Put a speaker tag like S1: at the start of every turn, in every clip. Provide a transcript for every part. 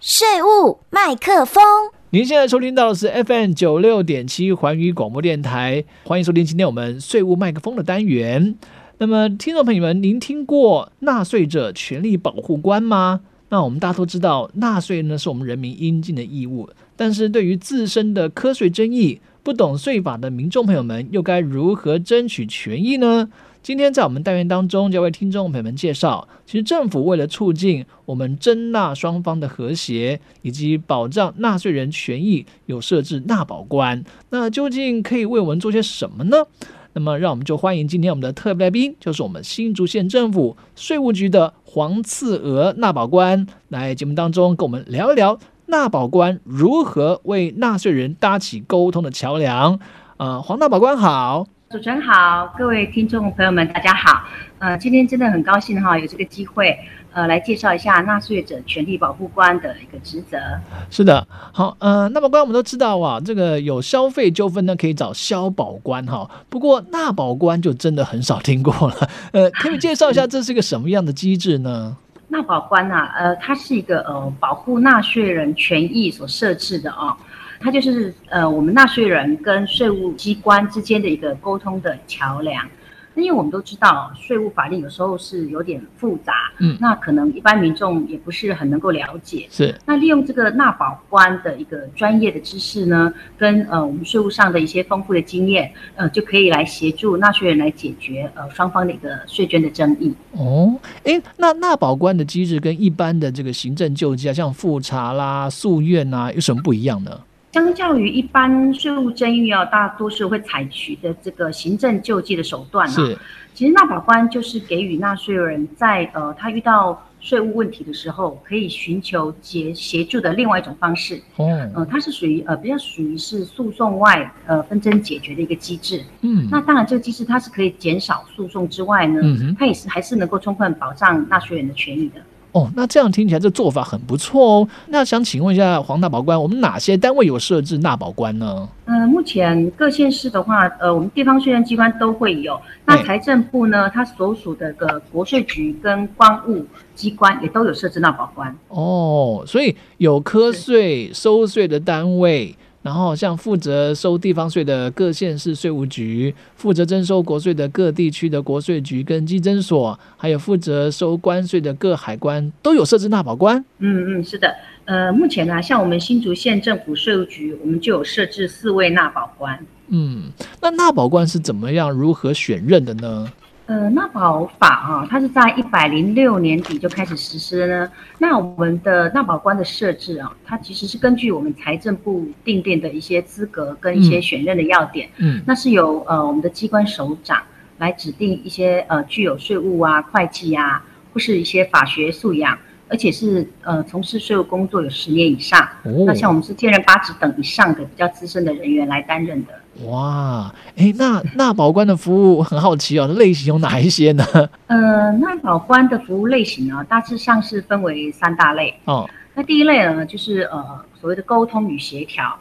S1: 税务麦克风。
S2: 您现在收听到的是 FM 九六点七环宇广播电台，欢迎收听今天我们税务麦克风的单元。那么，听众朋友们，您听过纳税者权利保护官吗？那我们大家都知道，纳税呢是我们人民应尽的义务，但是对于自身的科税争议，不懂税法的民众朋友们又该如何争取权益呢？今天在我们单元当中，就为听众朋友们介绍，其实政府为了促进我们征纳双方的和谐，以及保障纳税人权益，有设置纳保官。那究竟可以为我们做些什么呢？那么，让我们就欢迎今天我们的特别来宾，就是我们新竹县政府税务局的黄次娥纳保官，来节目当中跟我们聊一聊纳保官如何为纳税人搭起沟通的桥梁。呃，黄纳保官好。
S3: 主持人好，各位听众朋友们，大家好。呃，今天真的很高兴哈，有这个机会，呃，来介绍一下纳税者权利保护官的一个职责。
S2: 是的，好，呃，纳保官我们都知道啊，这个有消费纠纷呢，可以找消保官哈。不过纳保官就真的很少听过了， 呃，可以介绍一下这是一个什么样的机制呢？
S3: 纳保官呐、啊，呃，它是一个呃保护纳税人权益所设置的啊、哦。它就是呃，我们纳税人跟税务机关之间的一个沟通的桥梁。那因为我们都知道，税务法令有时候是有点复杂，
S2: 嗯
S3: 那可能一般民众也不是很能够了解。
S2: 是
S3: 那利用这个纳保官的一个专业的知识呢，跟呃我们税务上的一些丰富的经验，呃，就可以来协助纳税人来解决呃双方的一个税捐的争议。
S2: 哦，诶，那纳保官的机制跟一般的这个行政救济啊，像复查啦、诉愿啊，有什么不一样呢？
S3: 相较于一般税务争议啊，大多数会采取的这个行政救济的手段啊，
S2: 是
S3: 其实纳保官就是给予纳税人在呃他遇到税务问题的时候，可以寻求协协助的另外一种方式。
S2: 哦，
S3: 呃，它是属于呃比较属于是诉讼外呃纷争解决的一个机制。
S2: 嗯，
S3: 那当然，这个机制它是可以减少诉讼之外呢，
S2: 嗯哼
S3: 它也是还是能够充分保障纳税人的权益的。
S2: 哦，那这样听起来这做法很不错哦。那想请问一下黄大保官，我们哪些单位有设置纳保官呢？
S3: 呃，目前各县市的话，呃，我们地方税捐机关都会有。那
S2: 对
S3: 财政部呢，它所属的个国税局跟关务机关也都有设置纳保官。
S2: 哦，所以有科税收税的单位，然后像负责收地方税的各县市税务局，负责征收国税的各地区的国税局跟稽征所，还有负责收关税的各海关，都有设置纳保官。
S3: 嗯嗯，是的。呃，目前呢、像我们新竹县政府税务局，我们就有设置四位纳保官。
S2: 嗯，那纳保官是怎么样如何选任的呢？
S3: 呃，纳保法啊，它是在一百零六年底就开始实施了呢。那我们的纳保官的设置啊，它其实是根据我们财政部定定的一些资格跟一些
S2: 嗯
S3: 选任的要点，
S2: 嗯，
S3: 那是由呃我们的机关首长来指定一些呃具有税务啊、会计啊，或是一些法学素养，而且是呃从事税务工作有十年以上。
S2: 哦
S3: 那像我们是兼任八职等以上的比较资深的人员来担任的。
S2: 哇，诶，嗯那纳保官的服务很好奇哦，类型有哪一些呢？
S3: 呃，纳保官的服务类型啊，大致上是分为三大类。
S2: 哦，
S3: 那第一类呢，就是呃所谓的沟通与协调，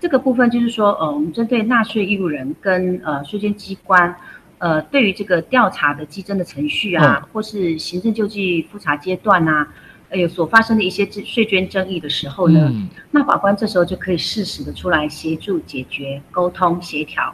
S3: 这个部分就是说，呃，我们针对纳税义务人跟呃税捐机关，呃，对于这个调查的稽征的程序啊，或是行政救济复查阶段啊，呃，有所发生的一些治税捐争议的时候呢，
S2: 嗯，
S3: 那法官这时候就可以适时的出来协助解决、沟通、协调，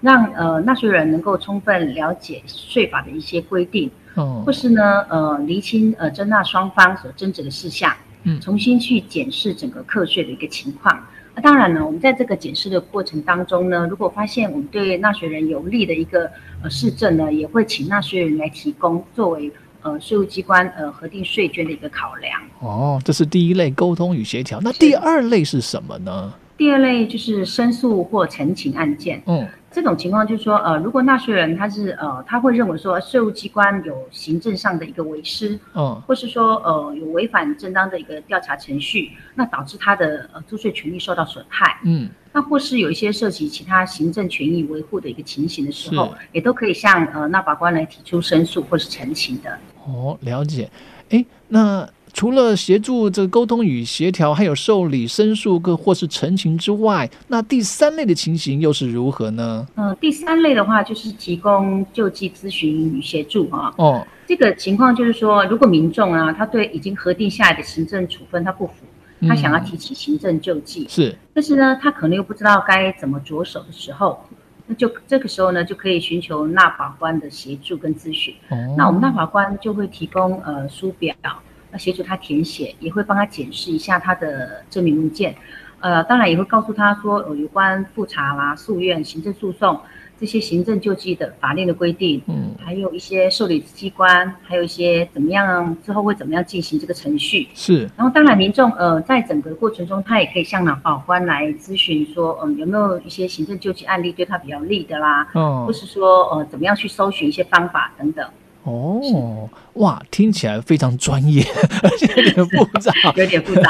S3: 让呃纳税人能够充分了解税法的一些规定。
S2: 哦
S3: 或，是呢，呃，厘清呃征纳双方所争执的事项，
S2: 嗯
S3: 重新去检视整个课税的一个情况。那、当然呢，我们在这个检视的过程当中呢，如果发现我们对纳税人有利的一个呃市政呢，也会请纳税人来提供作为呃税务机关呃核定税捐的一个考量。
S2: 哦，这是第一类沟通与协调。那第二类是什么呢？
S3: 第二类就是申诉或陈情案件，
S2: 嗯，
S3: 这种情况就是说，呃，如果纳税人他是呃他会认为说税务机关有行政上的一个违失，
S2: 嗯，
S3: 或是说呃有违反正当的一个调查程序，那导致他的呃租税权益受到损害，
S2: 嗯，
S3: 那或是有一些涉及其他行政权益维护的一个情形的时候
S2: 是，
S3: 也都可以向呃纳法官来提出申诉或是陈情的。
S2: 哦，了解。诶，那除了协助这个沟通与协调，还有受理申诉个或是陈情之外，那第三类的情形又是如何呢？
S3: 呃，第三类的话就是提供救济咨询与协助啊，
S2: 哦，
S3: 这个情况就是说，如果民众啊他对已经核定下来的行政处分他不服，他想要提起行政救济，
S2: 嗯是
S3: 但是呢，他可能又不知道该怎么着手的时候，那就这个时候呢，就可以寻求纳法官的协助跟咨询。
S2: 哦，
S3: 那我们大法官就会提供呃书表，那协助他填写，也会帮他检视一下他的证明文件，呃，当然也会告诉他说，呃，有关复查啦、诉愿、行政诉讼这些行政救济的法令的规定，
S2: 嗯
S3: 还有一些受理机关，还有一些怎么样之后会怎么样进行这个程序。
S2: 是
S3: 然后，当然，民众呃，在整个过程中，他也可以向法官来咨询说，嗯，有没有一些行政救济案例对他比较利的啦，
S2: 哦
S3: 或是说呃，怎么样去搜寻一些方法等等。
S2: 哦，哇，听起来非常专业， 而且有点复杂。
S3: 有点复杂。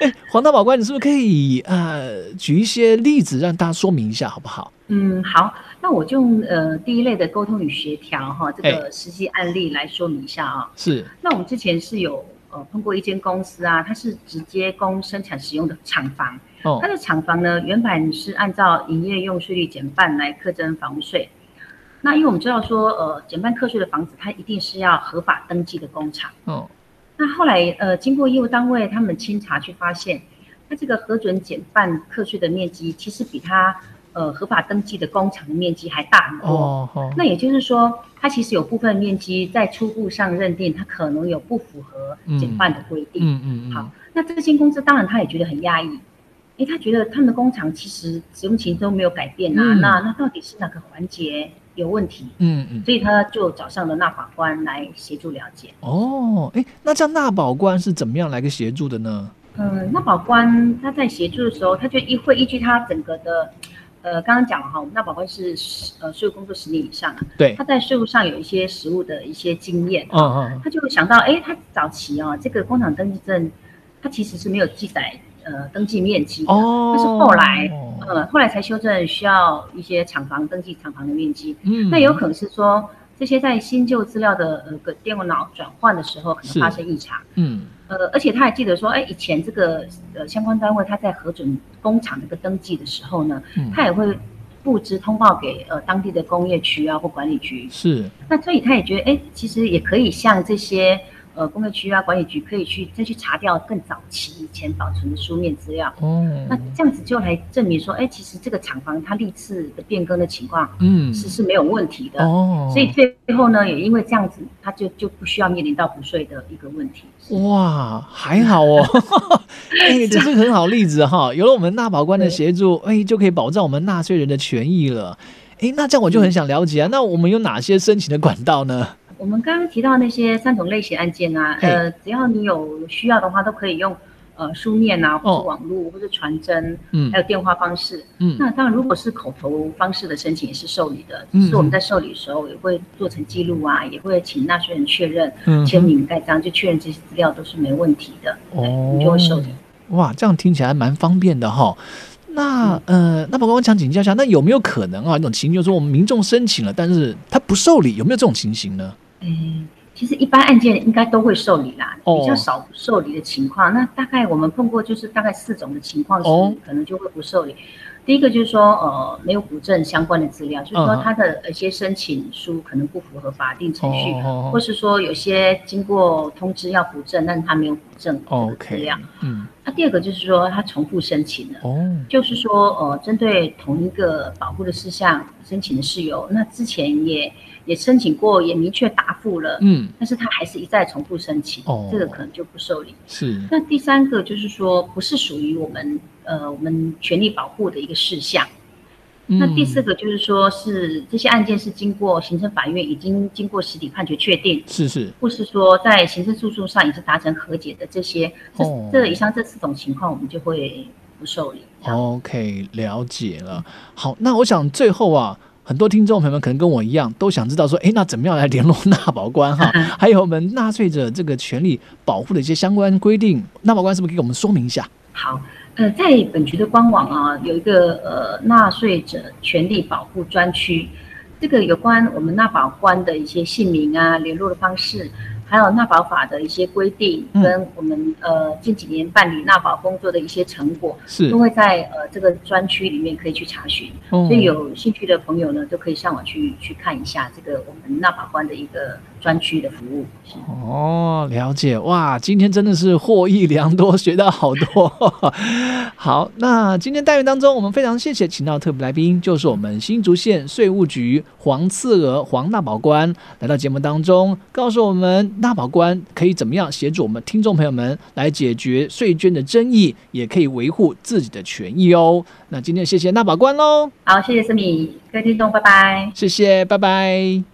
S2: 哎，黄大法官，你是不是可以呃举一些例子让大家说明一下，好不好？
S3: 嗯，好，那我就用呃第一类的沟通与协调哈这
S2: 哎
S3: 个实际案例来说明一下啊。
S2: 是
S3: 那我们之前是有呃碰过一间公司啊，它是直接供生产使用的厂房，
S2: 哦
S3: 它，的厂房呢原本是按照营业用税率减半来课征房屋税。那因为我们知道说，呃，减半课税的房子，它一定是要合法登记的工厂。
S2: 哦，
S3: 那后来呃，经过业务单位他们清查，去发现，它这个核准减半课税的面积，其实比它呃合法登记的工厂的面积还大很多。
S2: 哦，哦
S3: 那也就是说，它其实有部分面积在初步上认定它可能有不符合减半的规定。
S2: 嗯嗯嗯
S3: 好，那这间公司当然他也觉得很压抑，因为他觉得他们的工厂其实使用情都没有改变啊，
S2: 嗯
S3: 那那到底是哪个环节有问题？
S2: 嗯嗯，
S3: 所以他就找上了那法官来协助了解。
S2: 哦，哎，那这样纳保官是怎么样来个协助的呢？
S3: 嗯，那保官他在协助的时候，他就依会依据他整个的，呃，刚刚讲了哈，我们那保官是十呃税务工作十年以上啊，
S2: 对
S3: 他，在税务上有一些实务的一些经验，
S2: 嗯嗯，
S3: 他就想到，哎，他早期啊、这个工厂登记证，他其实是没有记载呃登记面积的，
S2: 哦，
S3: 但是后来呃后来才修正需要一些厂房登记厂房的面积，
S2: 嗯，
S3: 那有可能是说这些在新旧资料的呃个电脑转换的时候可能
S2: 是
S3: 发生异常。
S2: 嗯
S3: 呃，而且他还记得说，哎，以前这个呃相关单位他在核准工厂这个登记的时候呢，
S2: 嗯
S3: 他也会布置通报给呃当地的工业区啊或管理局。
S2: 是
S3: 那所以他也觉得，哎，其实也可以向这些呃工业区啊管理局可以去再去查掉更早期以前保存的书面资料。
S2: 哦，
S3: 那这样子就来证明说，哎，其实这个厂房它历次的变更的情况
S2: 嗯
S3: 是是没有问题的。
S2: 哦，
S3: 所以最后呢，也因为这样子，他就就不需要面临到补税的一个问题。
S2: 哇，还好哦， 哎、这是个很好例子哈。有了我们纳保官的
S3: 啊对
S2: 协助，哎、就可以保障我们纳税人的权益了。哎、那这样我
S3: 嗯
S2: 就很想了解啊，那我们有哪些申请的管道呢？
S3: 我们刚刚提到那些三种类型案件啊，
S2: 嘿
S3: 呃，只要你有需要的话，都可以用呃书面啊，或
S2: 哦
S3: 者网络，或者传真，
S2: 嗯
S3: 还有电话方式。
S2: 嗯，
S3: 呃那当然，如果是口头方式的申请也是受理的，
S2: 嗯
S3: 只是我们在受理的时候也会做成记录啊，也会请纳税人确认
S2: 嗯哦哼
S3: 签名盖章，就确认这些资料都是没问题的，对我们就会受理。
S2: 哇，这样听起来蛮方便的哈。那
S3: 嗯
S2: 呃，那保官我想请教一下，那有没有可能啊，一种情形就是说我们民众申请了，但是他不受理，有没有这种情形呢？
S3: 嗯，其实一般案件应该都会受理啦，
S2: 哦
S3: 比较少不受理的情况。那大概我们碰过就是大概四种的情况是
S2: 哦
S3: 可能就会不受理。第一个就是说，呃，没有补正相关的资料，就是说
S2: 嗯
S3: 他的一些申请书可能不符合法定程序，
S2: 哦
S3: 或是说有些经过通知要补正，但是他没有补正这个资
S2: ，OK，
S3: 料。
S2: 嗯，
S3: 那第二个就是说他重复申请了。
S2: 哦，
S3: 哦就是说，呃，针对同一个保护的事项申请的事由，那之前也也申请过，也明确答复了，
S2: 嗯，
S3: 但是他还是一再重复申请，
S2: 哦
S3: 这个可能就不受理。
S2: 是，
S3: 那第三个就是说，不是属于我们呃我们权利保护的一个事项。那第四
S2: 嗯
S3: 个就是说是这些案件是经过行政法院已经经过实体判决确定，
S2: 是是
S3: 或是说在行政诉讼上已经达成和解的这些，这、
S2: 哦
S3: 这以上这四种情况，我们就会不受理。这样
S2: OK，了解了。好，那我想最后啊，很多听众朋友们可能跟我一样，都想知道说，诶，那怎么样来联络纳保官 哈？还有我们纳税者这个权利保护的一些相关规定，纳保官是不是给我们说明一下？
S3: 好，呃，在本局的官网啊，有一个呃纳税者权利保护专区，这个有关我们纳保官的一些姓名啊、联络的方式，还有纳保法的一些规定，
S2: 嗯
S3: 跟我们呃近几年办理纳保工作的一些成果，
S2: 是嗯哦
S3: 都，会在呃这个专区里面可以去查询。
S2: 所
S3: 所以有兴趣的朋友呢，都可以上网去去看一下这个我们纳保官的一个专区的服务。是
S2: 哦，了解哇！今天真的是获益良多，学到好多。 好，那今天单元当中，我们非常谢谢请到特别来宾，就是我们新竹县税务局黄次娥黄大保官来到节目当中，告诉我们大保官可以怎么样协助我们听众朋友们来解决税捐的争议，也可以维护自己的权益哦。那今天谢谢大保官喽，
S3: 好，谢谢思敏，各位听众，拜拜。
S2: 谢谢，拜拜。